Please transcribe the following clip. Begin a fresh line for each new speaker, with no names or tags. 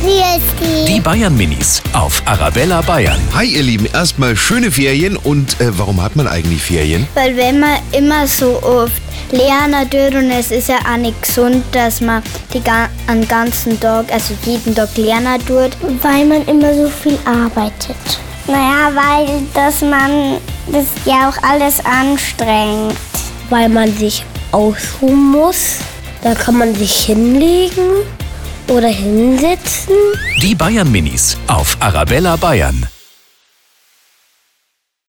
Hier ist
Die Bayern Minis auf Arabella Bayern.
Hi ihr Lieben, erstmal schöne Ferien und äh, warum hat man eigentlich Ferien?
Weil wenn man immer so oft lernen tut und es ist ja auch nicht gesund, dass man die ga einen ganzen Tag, also jeden Tag lernen tut. Weil man immer so viel arbeitet. Naja, weil dass man das ja auch alles anstrengt.
weil man sich ausruhen muss. Da kann man sich hinlegen oder hinsetzen.
Die Bayern Minis auf Arabella Bayern.